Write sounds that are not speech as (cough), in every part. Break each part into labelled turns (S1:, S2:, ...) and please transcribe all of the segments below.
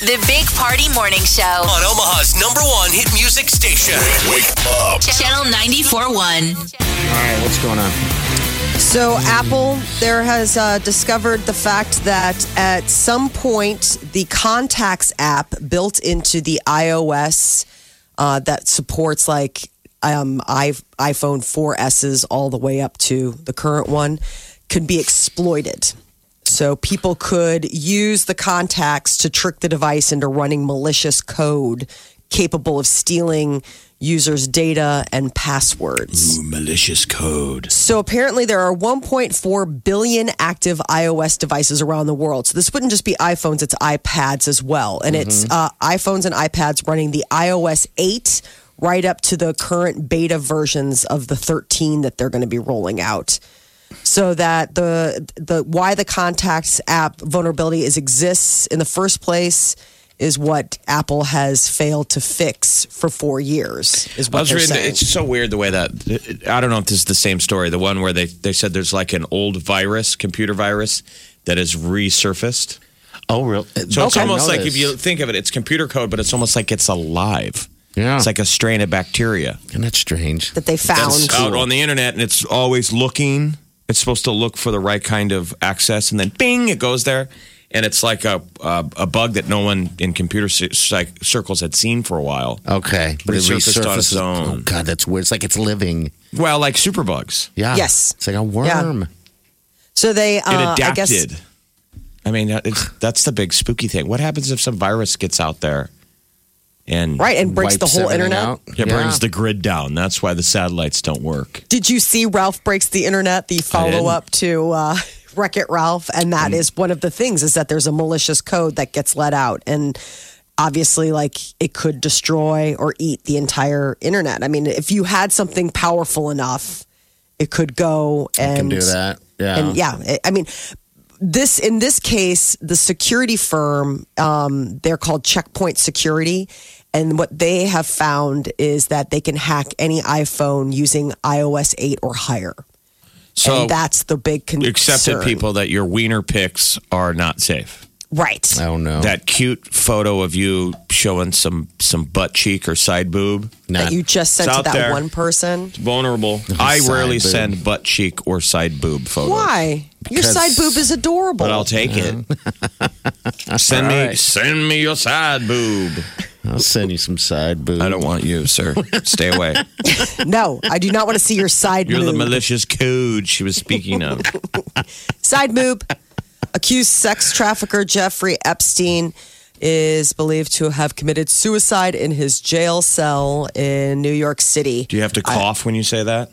S1: The Big Party Morning Show.
S2: on Omaha's number one hit music station. Wake up.
S1: Channel 94.1.
S3: All right, what's going on?
S4: So, Apple there has uh, discovered the fact that at some point the Contacts app built into the iOS uh, that supports like um, I- iPhone 4Ss all the way up to the current one could be exploited. So people could use the contacts to trick the device into running malicious code capable of stealing users' data and passwords.
S3: malicious code.
S4: So apparently, there are 1.4 billion active iOS devices around the world. So this wouldn't just be iPhones; it's iPads as well, and it's uh, iPhones and iPads running the iOS 8 right up to the current beta versions of the 13 that they're going to be rolling out. So that the the why the Contacts app vulnerability is exists in the first place is what Apple has failed to fix for four years. Is what
S3: I was
S4: they're
S3: reading.
S4: saying.
S3: It's so weird the way that I don't know if this is the same story. The one where they they said there's like an old virus, computer virus, that has resurfaced.
S5: Oh, real?
S3: So it's almost like if you think of it, it's computer code, but it's almost like it's alive.
S5: Yeah.
S3: It's like a strain of bacteria
S5: Isn't that strange?
S4: that they found
S3: that's out on the internet, and it's always looking. It's supposed to look for the right kind of access, and then bing, it goes there, and it's like a a, a bug that no one in computer ci- psych- circles had seen for a while.
S5: Okay, but it
S3: Resurfaced on its
S5: resurfaces-
S3: own.
S5: Oh god, that's weird. It's like it's living.
S3: Well, like superbugs,
S5: Yeah.
S4: Yes.
S5: It's like a worm.
S4: so they
S3: it
S4: uh, I guess
S3: adapted. I, mean, it's, that's the big spooky thing. What happens if some virus gets out there and
S4: right and breaks the
S5: Wipes
S4: whole
S5: everything
S4: internet.
S5: out.
S3: It
S5: Yeah.
S3: brings the grid down. That's why the satellites don't work.
S4: Did you see Ralph Breaks the Internet, the follow up to uh, (laughs) Wreck It Ralph? And that
S5: Mm.
S4: is one of the things is that there's a malicious code that gets let out. And obviously, like it could destroy or eat the entire internet. I mean, if you had something powerful enough, it could go and
S5: can do that. Yeah.
S4: and yeah, it- I mean, this in this case, the security firm, um, they're called Checkpoint Security, and what they have found is that they can hack any iPhone using iOS 8 or higher.
S3: So
S4: and that's the big concern.
S3: accepted people that your wiener pics are not safe.
S4: right?
S5: Oh no.
S3: That cute photo of you showing some some butt cheek or side boob.
S4: That
S5: Not-
S4: you just sent
S3: It's
S4: to
S3: out
S4: that
S3: there.
S4: one person.
S3: Vulnerable. (laughs) I
S5: Side
S3: rarely
S5: boob.
S3: send butt cheek or side boob photos.
S4: Why? Your
S5: Because-
S4: side boob is adorable.
S3: But (laughs) I'll take
S5: (laughs)
S3: it. send me send me your side boob.
S5: I'll send you some side boob.
S3: I don't want you, sir. Stay away.
S4: no, I do not want to see your side
S3: (laughs) You're the
S4: boob.
S3: malicious code she was speaking of.
S4: Side move. Accused sex trafficker Jeffrey Epstein is believed to have committed suicide in his jail cell in New York City.
S3: Do you have to cough when you say that?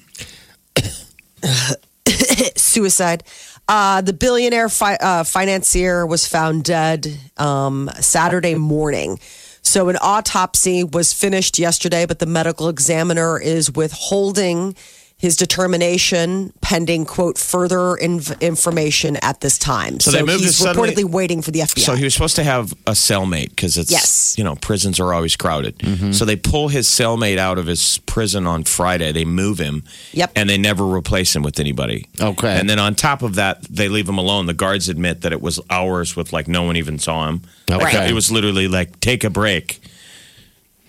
S4: Suicide. Uh, the billionaire fi- uh, financier was found dead um,
S3: (laughs)
S4: Saturday morning. So, an autopsy was finished yesterday, but the medical examiner is withholding his determination pending, quote, further inv- information at this time.
S3: So they moved
S4: he's
S3: it suddenly-
S4: reportedly waiting for the FBI.
S3: So he was supposed to have a cellmate because it's
S4: Yes.
S3: you know prisons are always crowded.
S5: Mm-hmm.
S3: So they pull his cellmate out of his prison on Friday. They move him.
S4: Yep.
S3: And they never replace him with anybody.
S5: Okay.
S3: And then on top of that, they leave him alone. The guards admit that it was hours with like no one even saw him. Like,
S5: Okay.
S3: it was literally like take a break.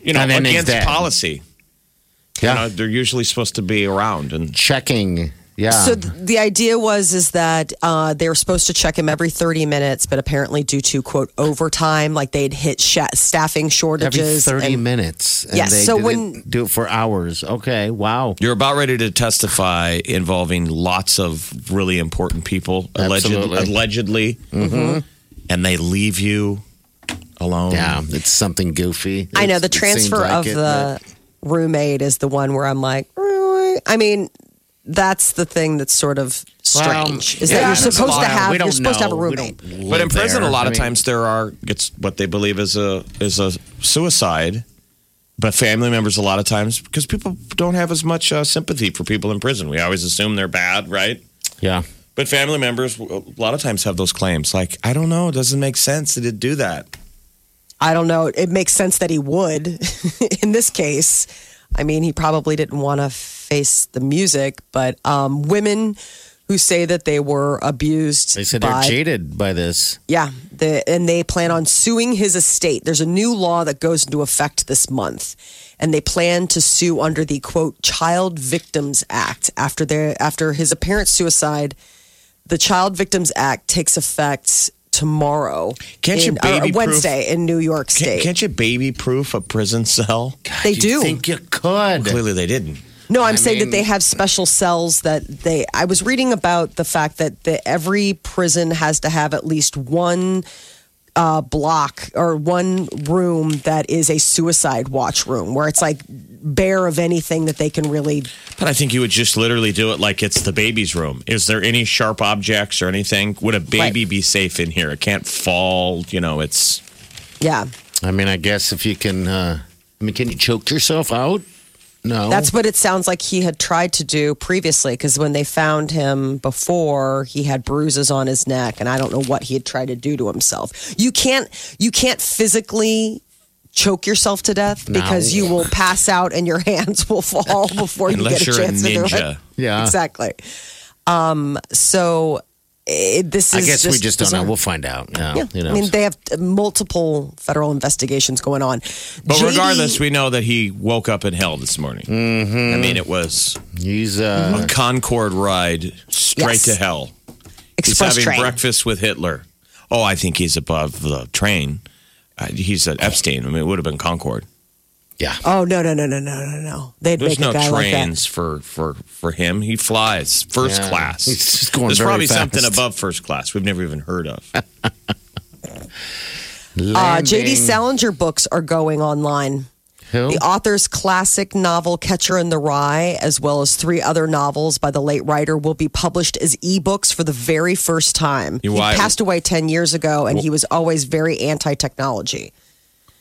S3: You know,
S5: And then he's
S3: against
S5: dead.
S3: policy.
S5: Yeah.
S3: You know, they're usually supposed to be around and
S5: Checking. Yeah.
S4: So th- the idea was is that uh, they were supposed to check him every 30 minutes, but apparently due to quote overtime, like they'd hit sha staffing
S5: Every
S4: shortages.
S5: thirty
S4: and-
S5: minutes. And
S4: Yes,
S5: They
S4: so
S5: did
S4: when-
S5: do it for hours. Okay. Wow.
S3: You're about ready to testify involving lots of really important people, alleged,
S5: Absolutely. Mm-hmm.
S3: allegedly, and they leave you alone.
S5: Yeah. It's something goofy.
S4: I know
S5: It's-
S4: the
S5: it seems
S4: transfer
S5: like
S4: of
S5: it,
S4: the roommate is the one where I'm like, really? I mean, that's the thing that's sort of strange is that
S5: Yeah,
S4: you're
S5: it's a
S4: supposed to
S5: wild-
S4: have
S5: we
S4: you're
S5: don't
S4: supposed to have a
S5: know. We
S4: roommate.
S5: don't
S3: But
S5: live
S3: in prison,
S5: there.
S3: a lot
S5: I
S3: of
S5: mean,
S3: times there are it's what they believe is a is a suicide. But family members, a lot of times, because people don't have as much uh, sympathy for people in prison. We always assume they're bad, right?
S5: Yeah.
S3: But family members, a lot of times, have those claims. Like, I don't know, it doesn't make sense to do that.
S4: I don't know. It makes sense that he would (laughs) in this case. I mean, he probably didn't want to face the music, but um, women who say that they were abused
S5: They said
S4: by-
S5: they're jaded by this.
S4: Yeah, the, and they plan on suing his estate. There's a new law that goes into effect this month, and they plan to sue under the quote Child Victims Act after their after his apparent suicide. The Child Victims Act takes effect tomorrow.
S3: Can't you
S4: in- or
S3: baby-proof-
S4: Wednesday in New York
S3: Can,
S4: State?
S3: can't you baby proof a prison cell?
S4: they
S5: You
S4: do.
S5: think you could?
S3: Clearly, they didn't.
S4: No, I'm
S5: I
S4: saying
S5: mean-
S4: that they have special cells that they. I was reading about the fact that the, every prison has to have at least one uh, block or one room that is a suicide watch room, where it's like bare of anything that they can really.
S3: But I think you would just literally do it like it's the baby's room. Is there any sharp objects or anything? Would a baby be safe in here? It can't fall. You know, it's
S4: Yeah,
S5: I mean, I guess if you can, uh, I mean, can you choke yourself out? No.
S4: that's what it sounds like he had tried to do previously. Because when they found him before, he had bruises on his neck, and I don't know what he had tried to do to himself. You can't. You can't physically choke yourself to death because you will pass out and your (laughs) hands will fall before you
S3: Unless
S4: get a
S3: you're a
S4: chance to do it.
S3: ninja.
S5: Yeah.
S4: exactly. Um, so it, this
S5: I
S4: is.
S5: guess we just don't know.
S4: bizarre.
S5: We'll find out. Yeah.
S4: yeah,
S5: You know.
S4: I mean they have multiple federal investigations going on.
S3: But
S4: JD
S3: regardless, we know that he woke up in hell this morning. Mm-hmm. I mean, it was
S5: He's uh,
S4: Mm-hmm.
S3: a Concord ride
S4: Yes.
S3: straight to hell. He's
S4: Express
S3: having
S4: train.
S3: breakfast with Hitler. Oh, I think he's above the train. Uh, he's at Epstein. I mean, it would have been Concord.
S5: yeah.
S4: Oh no no no no no no no! They'd
S3: There's
S4: make a
S3: no
S4: guy like that.
S3: trains for, for, for him. He flies first
S5: Yeah.
S3: class.
S5: He's just going
S3: There's
S5: very
S3: probably
S5: fast.
S3: something above first class we've never even heard of.
S4: Uh,
S5: Landing.
S4: J.D. Salinger books are going online.
S5: Who?
S4: The author's classic novel Catcher in the Rye, as well as three other novels by the late writer, will be published as ebooks for the very first time.
S3: You-
S4: he
S3: why-
S4: passed away ten years ago, and he was always very anti-technology.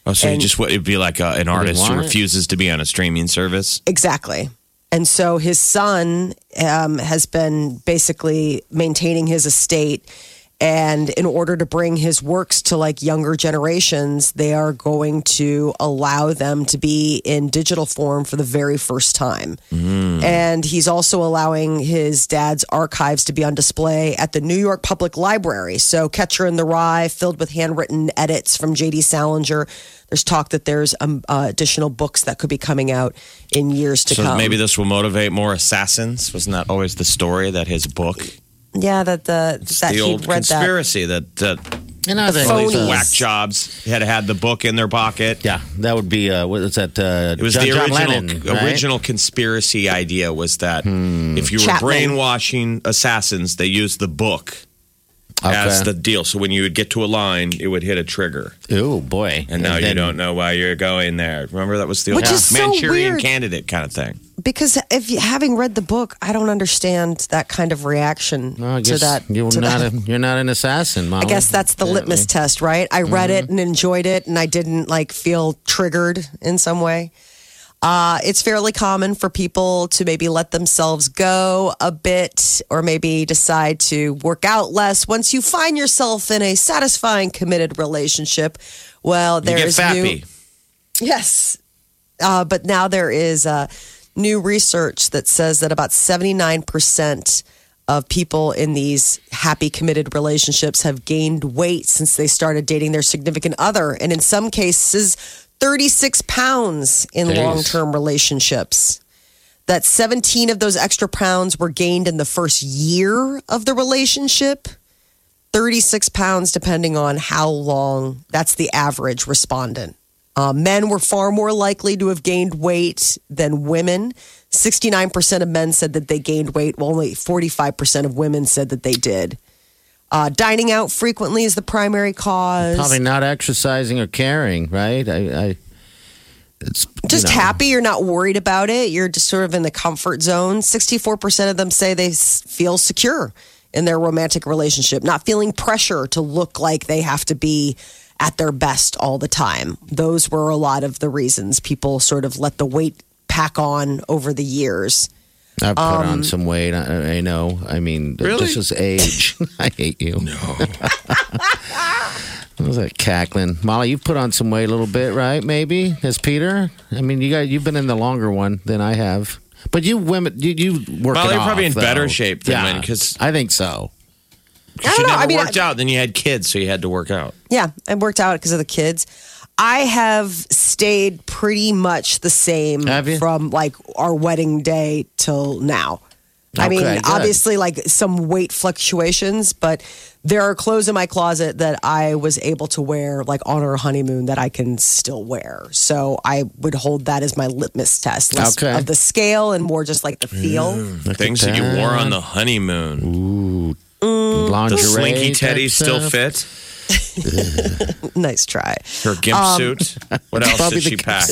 S3: Oh, so you
S4: And-
S3: just what it'd be like a, an artist who
S5: want it?
S3: refuses to be on a streaming service.
S4: Exactly. And so his son um, has been basically maintaining his estate. And in order to bring his works to like younger generations, they are going to allow them to be in digital form for the very first time. And he's also allowing his dad's archives to be on display at the New York Public Library. So, Catcher in the Rye, filled with handwritten edits from J.D. Salinger. There's talk that there's um, uh, additional books that could be coming out in years to
S3: So
S4: come.
S3: maybe this will motivate more assassins. Wasn't that always the story that his book,
S4: yeah, that the that
S3: the
S4: he
S3: old
S4: read that.
S3: conspiracy that that
S5: And I think-
S3: all these
S4: Phonies.
S3: whack jobs had had the book in their pocket.
S5: uh, Yeah, that would be uh, what is that? Uh,
S3: It was
S5: John,
S3: the
S5: John
S3: original
S5: Lennon, right?
S3: original conspiracy idea was that if you were
S4: Chapman.
S3: brainwashing assassins, they used the book as the
S5: Okay.
S3: deal. So when you would get to a line, it would hit a trigger,
S5: Oh boy!
S3: and, now you
S5: then-
S3: don't know why you're going there. Remember that was the
S4: Which
S3: old
S4: is so
S3: Manchurian
S4: weird.
S3: candidate kind of thing.
S4: Because if you, having read the book, I don't understand that kind of reaction
S5: Well, I
S4: to
S5: guess
S4: that.
S5: you're
S4: to
S5: not
S4: that.
S5: a, you're not an assassin, Molly.
S4: I guess that's the litmus test, right? I read it
S3: Mm-hmm.
S4: and enjoyed it, and I didn't like feel triggered in some way. Uh, it's fairly common for people to maybe let themselves go a bit or maybe decide to work out less. Once you find yourself in a satisfying, committed relationship, well,
S3: You
S4: there
S3: get
S4: is new.
S3: fappy.
S4: Yes. Uh, but now there is uh, new research that says that about 79% of people in these happy, committed relationships have gained weight since they started dating their significant other. And in some cases, 36 pounds in
S5: Jeez.
S4: long term relationships. That 17 of those extra pounds were gained in the first year of the relationship. 36 pounds, depending on how long. That's the average respondent. Uh, men were far more likely to have gained weight than women. 69% of men said that they gained weight, while only 45% of women said that they did. Uh, dining out frequently is the primary cause.
S5: probably not exercising or caring, right? I, I it's you
S4: just
S5: know,
S4: happy you're not worried about it you're just sort of in the comfort zone 64% of them say they s- feel secure in their romantic relationship not feeling pressure to look like they have to be at their best all the time those were a lot of the reasons people sort of let the weight pack on over the years
S5: I've put
S4: Um,
S5: on some weight. I, I know. I mean, th-
S3: Really?
S5: this is age. (laughs) I hate you. No. what was that cackling? Molly, you've put on some weight a little bit, right? Maybe as Peter. I mean, you got you've been in the longer one than I have. But you women, you, you work.
S3: Molly,
S5: it
S3: you're probably
S5: off,
S3: in better
S5: though.
S3: shape than
S5: yeah,
S3: men, 'cause-
S5: I think so.
S4: I
S3: you
S4: don't know.
S3: never
S4: I mean,
S3: worked out, then you had kids, so you had to work out.
S4: Yeah, I worked out because of the kids. I have stayed pretty much the same
S5: Have you?
S4: from like our wedding day till now. I mean,
S5: Okay, good.
S4: obviously, like some weight fluctuations, but there are clothes in my closet that I was able to wear like on our honeymoon that I can still wear. So I would hold that as my litmus test less
S5: Okay.
S4: of the scale and more just like the feel.
S3: Things that you
S5: that.
S3: wore on the honeymoon.
S5: Lingerie
S3: The slinky
S5: type
S3: teddy still
S5: stuff.
S3: fit.
S4: Nice try.
S3: Her gimp
S4: Um,
S3: suit. What else
S5: Probably
S3: did she
S5: the-
S3: pack?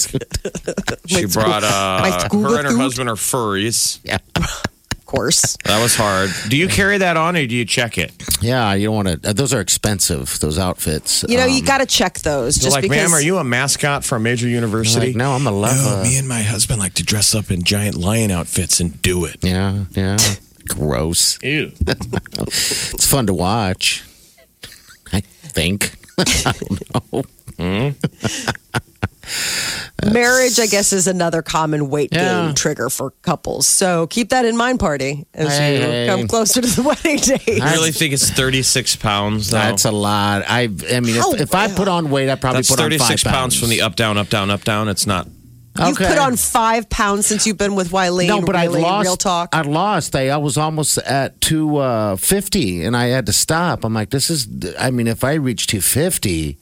S3: she brought
S4: my
S3: uh,
S4: school
S3: her and her
S4: suit.
S3: husband are furries.
S5: Yeah,
S4: Of course.
S3: That was hard. Do you carry that on or do you check it?
S5: yeah. You don't want to. Those are expensive. Those outfits.
S4: You know,
S5: Um,
S4: you got to check those
S3: They're
S4: just
S3: like,
S4: because.
S3: ma'am, are you a mascot for a major university?
S5: Like, no, I'm a lover.
S3: and my husband like to dress up in giant lion outfits and do it.
S5: yeah, yeah. Gross.
S3: Ew.
S5: It's fun to watch. I think.
S4: Marriage, I guess, is another common weight
S5: Yeah.
S4: gain trigger for couples. So keep that in mind, party, as
S5: Hey.
S4: you come closer to the (laughs) wedding date.
S3: I really think it's 36 pounds, though.
S5: That's a lot. I I mean, if, if I put on weight, I probably
S3: That's
S5: put on
S3: 36
S5: five
S3: pounds from the up, down, up, down, up, down. It's not.
S4: You've put on five pounds since you've been with Wileen.
S5: no, but I
S4: really,
S5: lost.
S4: Real talk.
S5: I lost. I, I was almost at two uh, fifty, and I had to stop. I'm like, this is. I mean, if I reach two fifty,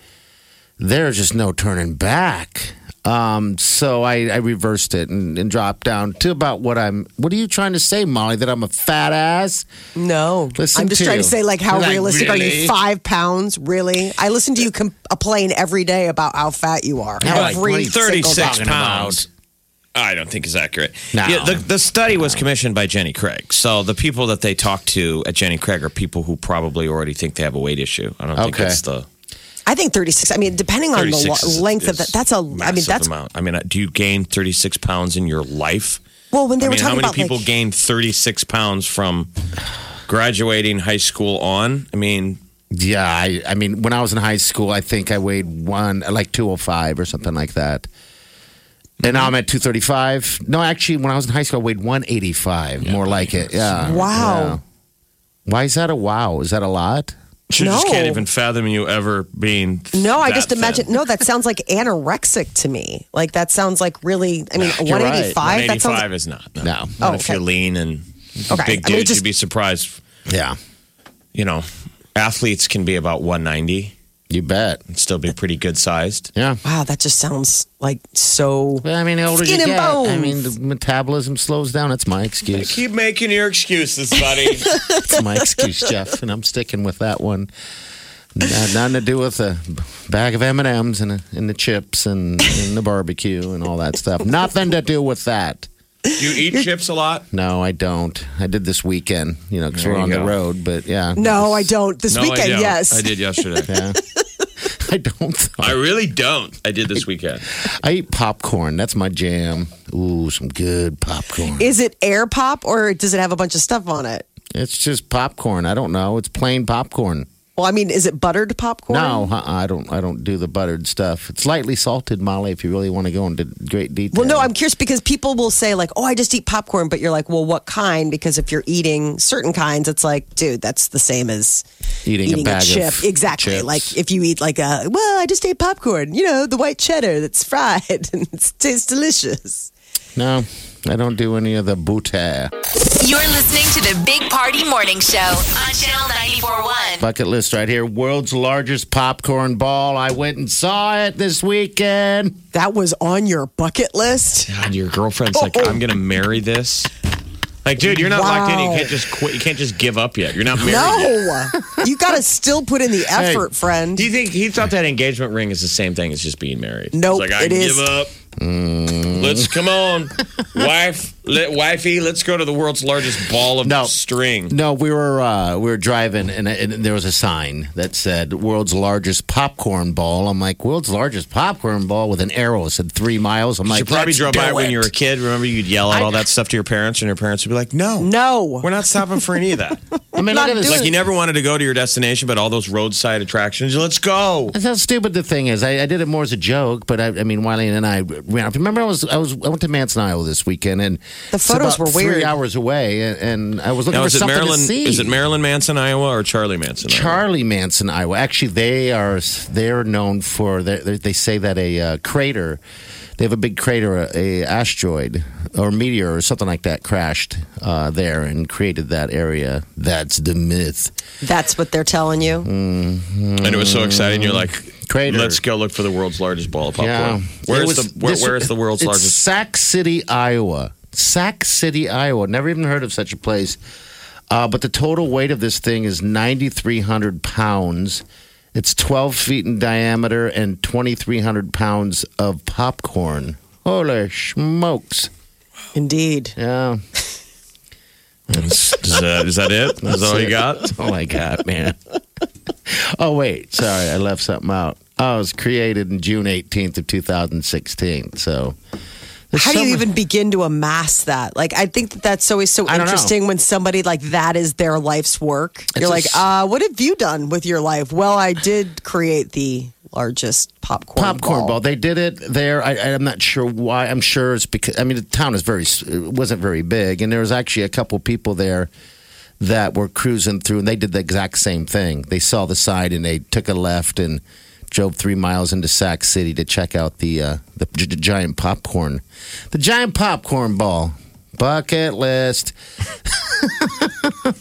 S5: there's just no turning back. Um, so I, I reversed it and, and dropped down to about what I'm. What are you trying to say, Molly? That I'm a fat ass?
S4: no,
S5: Listen
S4: I'm just
S5: to
S4: trying
S5: you.
S4: to say, like, how
S5: Like,
S4: realistic are you?
S5: really?
S4: Five pounds, really? I listen to you com- complain every day about how fat you are.
S5: Yeah, like
S4: every
S5: 20,
S4: single
S3: 36
S5: talking
S4: day.
S3: pounds. I don't think is accurate.
S5: No.
S3: Yeah, the, the study was commissioned by Jenny Craig. So the people that they talk to at Jenny Craig are people who probably already think they have a weight issue. I don't think
S5: Okay.
S3: it's the
S4: I think 36. I mean, depending on the
S3: 36 is-
S4: lo- length of that,
S3: is
S4: that's a. I mean,
S3: massive
S4: that's
S3: amount. I mean, uh, do you gain 36 pounds in your life?
S4: well. When they
S3: I
S4: were
S3: mean, how
S4: talking
S3: many
S4: about
S3: people
S4: like,
S3: gain 36 pounds from graduating high school on? I mean,
S5: Yeah, I, I mean, when I was in high school, I think I weighed one, like 205 or something like that. And now I'm at 235. No, actually, when I was in high school, I weighed 185, more like it. Yeah.
S4: Wow.
S5: Yeah. Why is that a wow? Is that a lot?
S3: she just
S4: No.
S3: can't even fathom you ever being. th-
S4: No, I
S3: that
S4: just imagine.
S3: thin.
S4: No, that sounds like anorexic to me. Like that sounds like really. I mean,
S5: You're
S4: one eighty
S5: right.
S4: five. That
S3: 185
S4: sounds.
S3: is not. No.
S5: No.
S3: Not
S4: Oh,
S3: if
S4: okay.
S3: you're lean and
S4: Okay.
S3: big
S4: I mean,
S3: dude,
S4: just-
S3: you'd be surprised.
S5: Yeah.
S3: You know, athletes can be about 190
S5: You bet.
S3: and still be pretty good sized.
S5: Yeah.
S4: Wow, that just sounds like so.
S5: Well, I mean, the older
S4: Skin
S5: you
S4: and
S5: get, I
S4: bones.
S5: mean, the metabolism slows down. That's my excuse.
S3: Keep making your excuses,
S4: (laughs)
S3: buddy.
S5: That's my excuse, Jeff, and I'm sticking with that one. Not, nothing to do with a bag of M and M's and and the chips and, and the barbecue and all that stuff. Nothing to do with that.
S3: do you eat chips a lot?
S5: No, I don't. I did this weekend, you know, because
S3: There
S5: we're
S3: you
S5: on
S3: go.
S5: the road. But yeah,
S4: No, I don't. This
S3: No, I
S4: weekend,
S3: don't.
S4: yes.
S3: I did yesterday.
S5: Yeah. I don't. (laughs)
S3: I really don't. I did this weekend.
S5: I eat popcorn. That's my jam. Ooh, some good popcorn.
S4: Is it air pop or does it have a bunch of stuff on it?
S5: It's just popcorn. I don't know. It's plain popcorn.
S4: Well, I mean, is it buttered popcorn?
S5: No, uh-uh, I don't. I don't do the buttered stuff. It's lightly salted, Molly. If you really want to go into great detail.
S4: Well, no, I'm curious because people will say like, "Oh, I just eat popcorn," but you're like, "Well, what kind?" Because if you're eating certain kinds, it's like, dude, that's the same as
S5: eating, a
S4: eating
S5: bag
S4: a chip.
S5: of
S4: exactly.
S5: chips.
S4: Like if you eat like a well, I just ate popcorn. You know, the white cheddar that's fried (laughs) and it tastes delicious.
S5: no, I don't do any of the butter.
S1: You're listening to the Big Party Morning Show on Channel 941.
S5: Bucket list right here. World's largest popcorn ball. I went and saw it this weekend.
S4: That was on your bucket list.
S3: God, your girlfriend's like, I'm gonna marry this. Like, dude, you're not locked in. You
S4: Wow.
S3: can't just quit. You can't just give up yet. You're not married. yet.
S4: No, you got to still put in the effort, friend.
S3: Do you think he thought that engagement ring is the same thing as just being married?
S4: Nope,
S3: He's like I
S4: it is.
S3: give up. Let's come on, wife, let, wifey. Let's go to the world's largest ball of
S5: No.
S3: string.
S5: No, we were uh, we were driving, and, and there was a sign that said "World's largest popcorn ball." I'm like, "World's largest popcorn ball" with an arrow. It said three miles. I'm like,
S3: you probably
S5: "Let's
S3: drove
S5: do
S3: by
S5: it."
S3: when you were a kid. Remember, you'd yell out all that stuff to your parents, and your parents would be like, "No,
S4: No.
S3: we're not stopping for any of that."
S5: I mean, look at this.
S3: like you never wanted to go to your destination, but all those roadside attractions. Let's go.
S5: That's how stupid the thing is. I, I did it more as a joke, but I, I mean, Wiley and I ran up. Remember, I was I was I went to Manson, Iowa this weekend, and
S4: The
S5: it's
S4: photos
S5: about
S4: were
S5: three
S4: weird.
S5: hours away, and, and I was looking
S3: Now
S5: for
S3: is it
S5: something
S3: Marilyn?
S5: to see.
S3: Is it Marilyn Manson, Iowa, or Charlie Manson? Iowa?
S5: Charlie Manson, Iowa. Actually, they are they're known for they they they say that a uh, crater, they have a big crater, a, a asteroid or meteor or something like that crashed uh, there and created that area. That's the myth.
S4: That's what they're telling you.
S5: Mm.
S3: and it was so exciting. You're like,
S5: Crater.
S3: Let's go look for the world's largest ball of
S5: Yeah.
S3: popcorn. Where's
S5: It was-
S3: the where,
S5: this-
S3: where is the world's
S5: it's
S3: largest?
S5: Sac City, Iowa. Sac City, Iowa. Never even heard of such a place. Uh, but the total weight of this thing is 9,300 pounds. It's 12 feet in diameter and 2,300 pounds of popcorn. Holy smokes.
S4: Indeed.
S3: (laughs)
S5: Yeah.
S3: Is that, is that it? Is that all you got?
S5: Oh my God, man. (laughs) oh, wait. Sorry, I left something out. Oh, it was created in June 18th of 2016. So. there's
S4: How do you
S5: so much-
S4: even begin to amass that? Like, I think that that's always so
S5: I don't know.
S4: interesting when somebody like that is their life's work. You're like,
S5: It's a
S4: uh, what have you done with your life? Well, I did create the largest popcorn
S5: popcorn ball.
S4: ball.
S5: They did it there. I, I'm not sure why. I'm sure it's because I mean the town is very it wasn't very big, and there was actually a couple people there that were cruising through, and they did the exact same thing. They saw the side and they took a left and drove three miles into Sac City to check out the uh, the g- g- giant popcorn, the giant popcorn ball. Bucket list.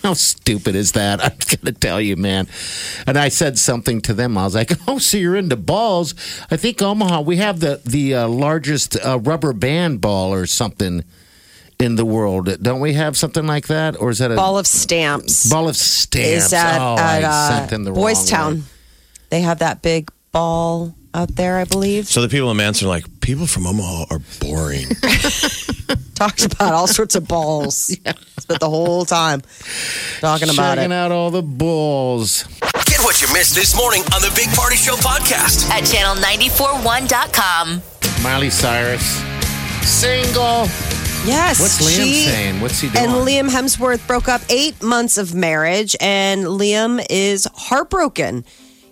S5: How stupid is that? I'm going to tell you, man. And I said something to them. I was like, "Oh, so you're into balls? I think Omaha we have the the uh, largest uh, rubber band ball or something in the world. Don't we have something like that? Or is that a
S4: Ball of stamps
S5: ball of stamps?
S4: is at,
S5: oh,
S4: at
S5: I
S4: uh,
S5: sent them the wrong
S4: Boys Town.
S5: one.
S4: They have that big ball out there, I believe. (laughs)
S3: So the people in Manson are like, people from Omaha are boring.
S4: Talked about all sorts of
S5: (laughs)
S4: balls. Spent the whole time talking about
S5: Checking
S4: it.
S5: out all the balls.
S2: Get what you missed this morning on the Big Party Show podcast.
S1: at channel941.com.
S5: Miley Cyrus single.
S4: Yes.
S5: What's Liam
S4: she-
S5: saying? What's he doing?
S4: And Liam Hemsworth broke up eight months of marriage, and Liam is heartbroken.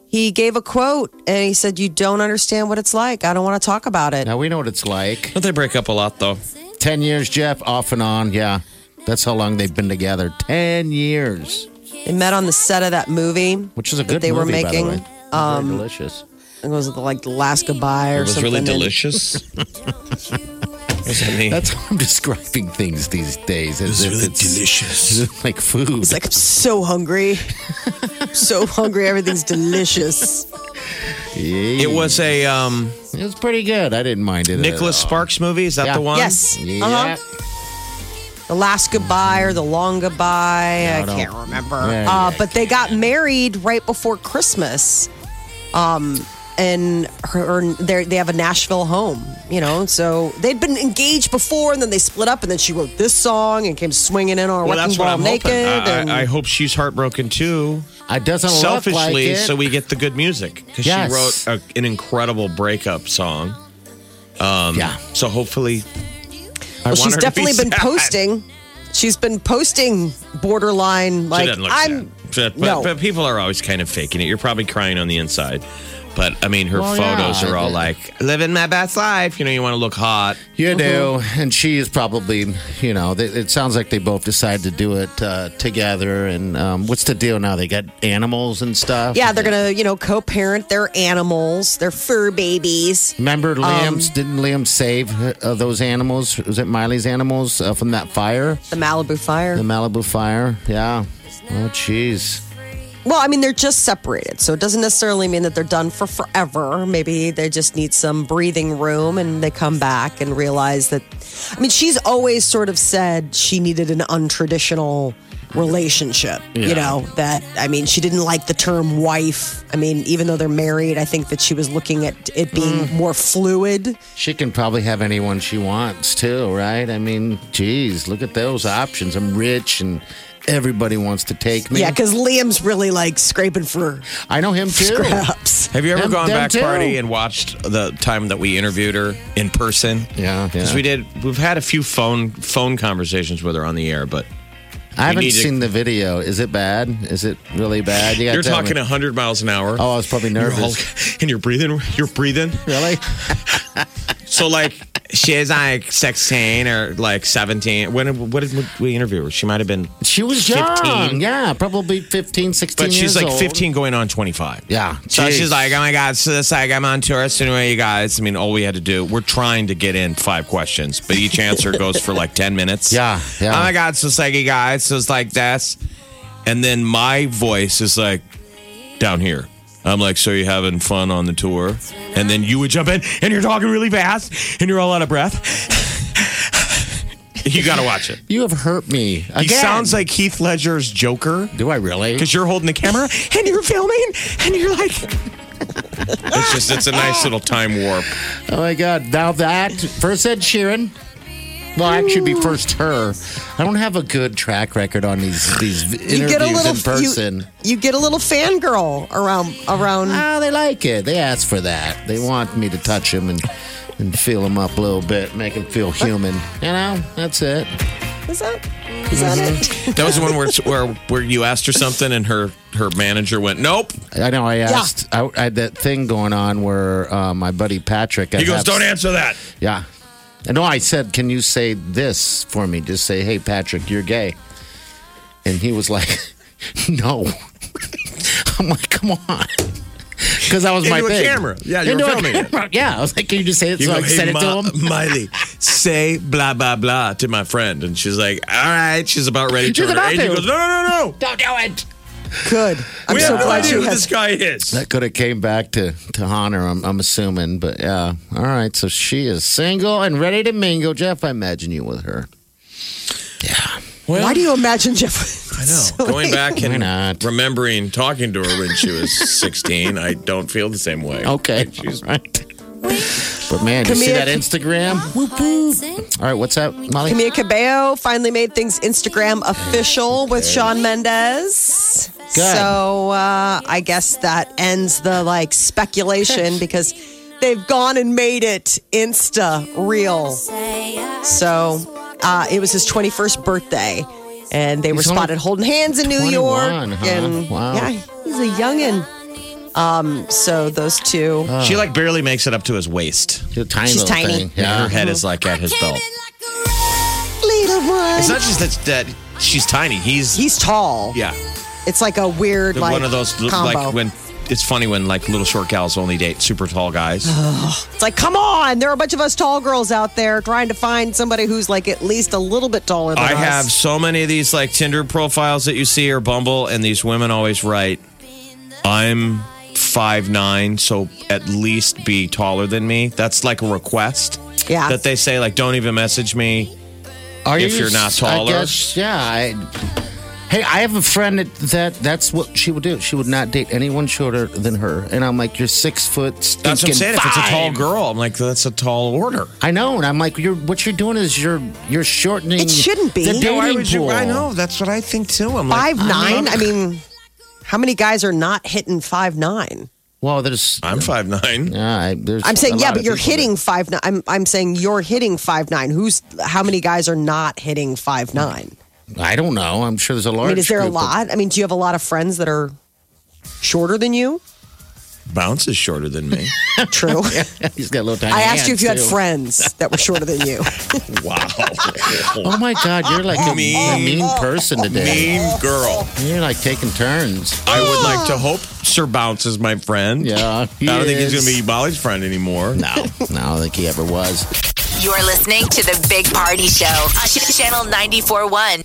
S4: He gave a quote and he said, You don't understand what it's like. I don't want to talk about it.
S5: now we know what it's like.
S3: Don't they break up a lot though?
S5: Ten years, Jeff, off and on. Yeah, that's how long they've been together. Ten years,
S4: They met on the set of that movie.
S5: which is a
S4: That
S5: good
S4: they were
S5: movie,
S4: making, um,
S5: By the way. Very delicious.
S4: It was like the last goodbye or
S3: It was
S4: something.
S3: really
S4: and-
S3: delicious. What's that mean?
S5: That's how I'm (laughs) describing things these days. As if it's
S3: delicious.
S5: like food.
S4: It's like, I'm so hungry.
S3: (laughs)
S4: so hungry. Everything's delicious.
S3: It was a um,
S5: it was pretty good. I didn't mind it. at
S3: Nicholas
S5: all.
S3: Sparks movie. Is that
S5: Yeah.
S3: the one?
S4: Yes.
S5: Yeah.
S4: Uh-huh. The last goodbye or the long goodbye. I
S5: don't-
S4: can't remember.
S5: Yeah,
S4: Uh,
S5: yeah.
S4: but they got married right before Christmas. Um, and her, they they have a Nashville home, you know. So they'd been engaged before, and then they split up, and then she wrote this song and came swinging in on
S3: Well,
S4: Wrecking
S3: that's what
S4: Ball
S3: I'm
S4: naked.
S3: hoping. I-
S4: and-
S3: I, I hope she's heartbroken too,
S5: I doesn't
S3: selfishly,
S5: look like it.
S3: so we get the good music because
S5: Yes.
S3: she wrote a, an incredible breakup song.
S5: yeah.
S3: So hopefully, I
S4: well,
S3: want
S4: she's
S3: her to be
S4: definitely been
S3: sad.
S4: posting. She's been posting borderline
S3: She
S4: like
S3: doesn't look
S4: I'm.
S3: sad. But, but,
S4: no.
S3: but people are always kind of faking it. You're probably crying on the inside. But I mean, her
S5: Well, yeah,
S3: photos are
S5: I
S3: all
S5: did.
S3: like living my best life. You know, you want to look hot.
S4: Mm-hmm.
S5: You do, and she is probably, you know, they, it sounds like they both decided to do it uh, together. And um, what's the deal now? They got animals and stuff.
S4: Yeah, they're gonna you know co-parent their animals, their fur babies.
S5: Remember, Liam's didn't Liam save uh, those animals? Was it Miley's animals uh, from that fire,
S4: The Malibu fire.
S5: the Malibu fire? Yeah. Oh, jeez.
S4: Well, I mean, they're just separated. So it doesn't necessarily mean that they're done for forever. Maybe they just need some breathing room and they come back and realize that. I mean, she's always sort of said she needed an untraditional relationship. You
S5: Yeah.
S4: know, that, I mean, she didn't like the term wife. I mean, even though they're married, I think that she was looking at it
S5: Mm.
S4: being more fluid.
S5: She can probably have anyone she wants too, right? I mean, geez, look at those options. I'm rich and everybody wants to take me.
S4: Yeah, because Liam's really like scraping for
S5: I know him too.
S4: scraps.
S3: Have you ever
S5: Them-
S3: gone
S5: them
S3: back
S5: too.
S3: party and watched the time that we interviewed her in person?
S5: Yeah,
S3: because
S5: yeah.
S3: we did. We've had a few phone phone conversations with her on the air, but
S5: I haven't
S3: need to-
S5: seen the video. Is it bad? Is it really bad? You gotta
S3: you're
S5: tell
S3: talking
S5: me.
S3: hundred miles an hour.
S5: Oh, I was probably
S3: You're
S5: nervous.
S3: all- (laughs) and you're breathing. You're breathing.
S5: really?
S3: So like she's like sixteen or like seventeen. When what did we interview her? She might have been,
S5: She was young.
S3: 15.
S5: Yeah, probably 15, 16
S3: but she's
S5: years
S3: like
S5: old.
S3: fifteen, going on twenty five.
S5: Yeah.
S3: So
S5: geez.
S3: she's like, oh my God, so this like I'm on tour. So anyway, you guys, I mean, all we had to do, we're trying to get in five questions, but each answer goes for like 10 minutes.
S5: (laughs) Yeah, yeah.
S3: Oh my God, so it's like, you guys, so it's like that's. And then my voice is like down here. I'm like, so you having fun on the tour? And then you would jump in and you're talking really fast and you're all out of breath. (laughs) you got to watch it.
S5: You have hurt me. Again.
S3: He sounds like Heath Ledger's Joker
S5: Do I really?
S3: because you're holding the camera and you're filming and you're like (laughs) it's just it's a nice little time warp
S5: Oh my god! Now that first Ed Sheeran. Well, I should be first her. I don't have a good track record on these these interviews
S4: You get a little
S5: in person.
S4: You, you get a little fangirl around around
S5: Oh, they like it. They ask for that. They want me to touch him and and feel him up a little bit, make him feel human. You know, that's it.
S4: Is that is that it?
S3: that was the one where it's- where where you asked her something and her her manager went nope
S5: I know. I asked. I, I had that thing going on where uh, my buddy Patrick.
S3: he goes don't answer that
S5: Yeah. And no, I said, can you say this for me? Just say, hey, Patrick, you're gay. And he was like, (laughs) no. (laughs) I'm like, come on. (laughs) Because that was my
S3: Into a
S5: thing.
S3: camera. Yeah, you
S5: Into
S3: were
S5: a
S3: filming
S5: (laughs)
S3: it.
S5: camera. Yeah, I was like, can you just say it?
S3: you
S5: so
S3: go,
S5: I
S3: "Hey,
S5: said
S3: Ma-
S5: it to him.
S3: (laughs) Miley say blah blah blah to my friend and she's like all right she's about ready to
S5: She's
S3: her.
S5: about
S3: and he
S5: to.
S3: goes no no no no
S5: Don't do it.
S4: Good. I'm
S3: we
S4: so
S3: have no
S4: glad
S3: idea
S4: you
S3: who
S4: have
S3: this guy is
S5: That could have came back to, to haunt her, I'm, I'm assuming. But yeah, all right. So she is single and ready to mingle. Jeff, I imagine you with her.
S4: Why do you imagine Jeff? I
S3: no, (laughs) going back
S5: Why
S3: and
S5: not?
S3: remembering talking to her when she was 16 i don't feel the same way
S5: (laughs) Okay.
S3: She's-
S5: all right. But man, did you see
S4: Camille-
S5: that Instagram? Whoop, whoop. All right, what's up, Molly?
S4: Camila Cabello finally made things Instagram official with Sean Mendez.
S5: Good.
S4: So uh, I guess that ends the like (laughs) speculation because they've gone and made it Insta real. So uh, it was his 21st birthday, and they were
S5: He's only
S4: spotted holding hands in New York.
S5: 21, huh?
S4: And
S5: Wow.
S4: yeah, he's a youngin. Um, so those two.
S3: She like barely makes it up to his waist.
S5: The tiny
S4: She's
S5: little
S4: tiny.
S5: thing. Yeah.
S3: Her head is like at his belt.
S4: Little one.
S3: It's not just that, that she's tiny. He's
S4: He's tall.
S3: yeah,
S4: It's like a weird
S3: The-
S4: like
S3: one of those l-
S4: combo.
S3: like when it's funny when like little short gals only date super tall guys.
S4: It's like, come on, there are a bunch of us tall girls out there trying to find somebody who's like at least a little bit taller than
S3: I
S4: us.
S3: have so many of these like Tinder profiles that you see or Bumble, and these women always write, "I'm five nine, so at least be taller than me." That's like a request
S4: Yeah.
S3: that they say like, "Don't even message me."
S5: Are
S3: If you're not taller.
S5: I guess, yeah. I, hey, I have a friend that, that that's what she would do. She would not date anyone shorter than her. And I'm like, you're six foot.
S3: That's what I'm
S5: stinking
S3: saying. If it's a tall
S5: five.
S3: girl, I'm like, that's a tall order.
S5: I know, and I'm like, you're what you're doing is you're you're shortening.
S4: It shouldn't be.
S5: The
S4: No,
S5: dating
S3: Why would you?
S5: pool.
S3: I know. That's what I think too. I'm
S4: five
S3: like,
S4: nine. I mean, how many guys are not hitting five nine?
S5: Well, there's.
S3: I'm five nine.
S5: yeah, I, there's
S4: I'm saying
S5: a
S4: yeah,
S5: lot
S4: but
S5: of
S4: you're
S5: people that-
S4: hitting five nine. I'm I'm saying you're hitting five nine. Who's how many guys are not hitting five nine?
S5: I don't know. I'm sure there's a large.
S4: I mean, is there a
S5: group of-
S4: lot? I mean, do you have a lot of friends that are shorter than
S3: (laughs)
S4: you?
S3: Bounce is shorter than me.
S4: True.
S5: (laughs) He's got little tiny
S4: I asked you if you had
S5: hands, too.
S4: friends that were shorter than you.
S3: wow.
S5: Oh my God, you're like a mean,
S3: Mean.
S5: person today.
S3: (laughs) mean girl. Oh.
S5: You're like taking turns.
S3: I would like to hope Sir Bounce is my friend.
S5: Yeah,
S3: I
S5: he
S3: don't think he's
S5: is.
S3: going to be Molly's friend anymore.
S5: No, no, I don't think he ever was.
S1: You're listening to the Big Party Show on Ch- Channel 94.1.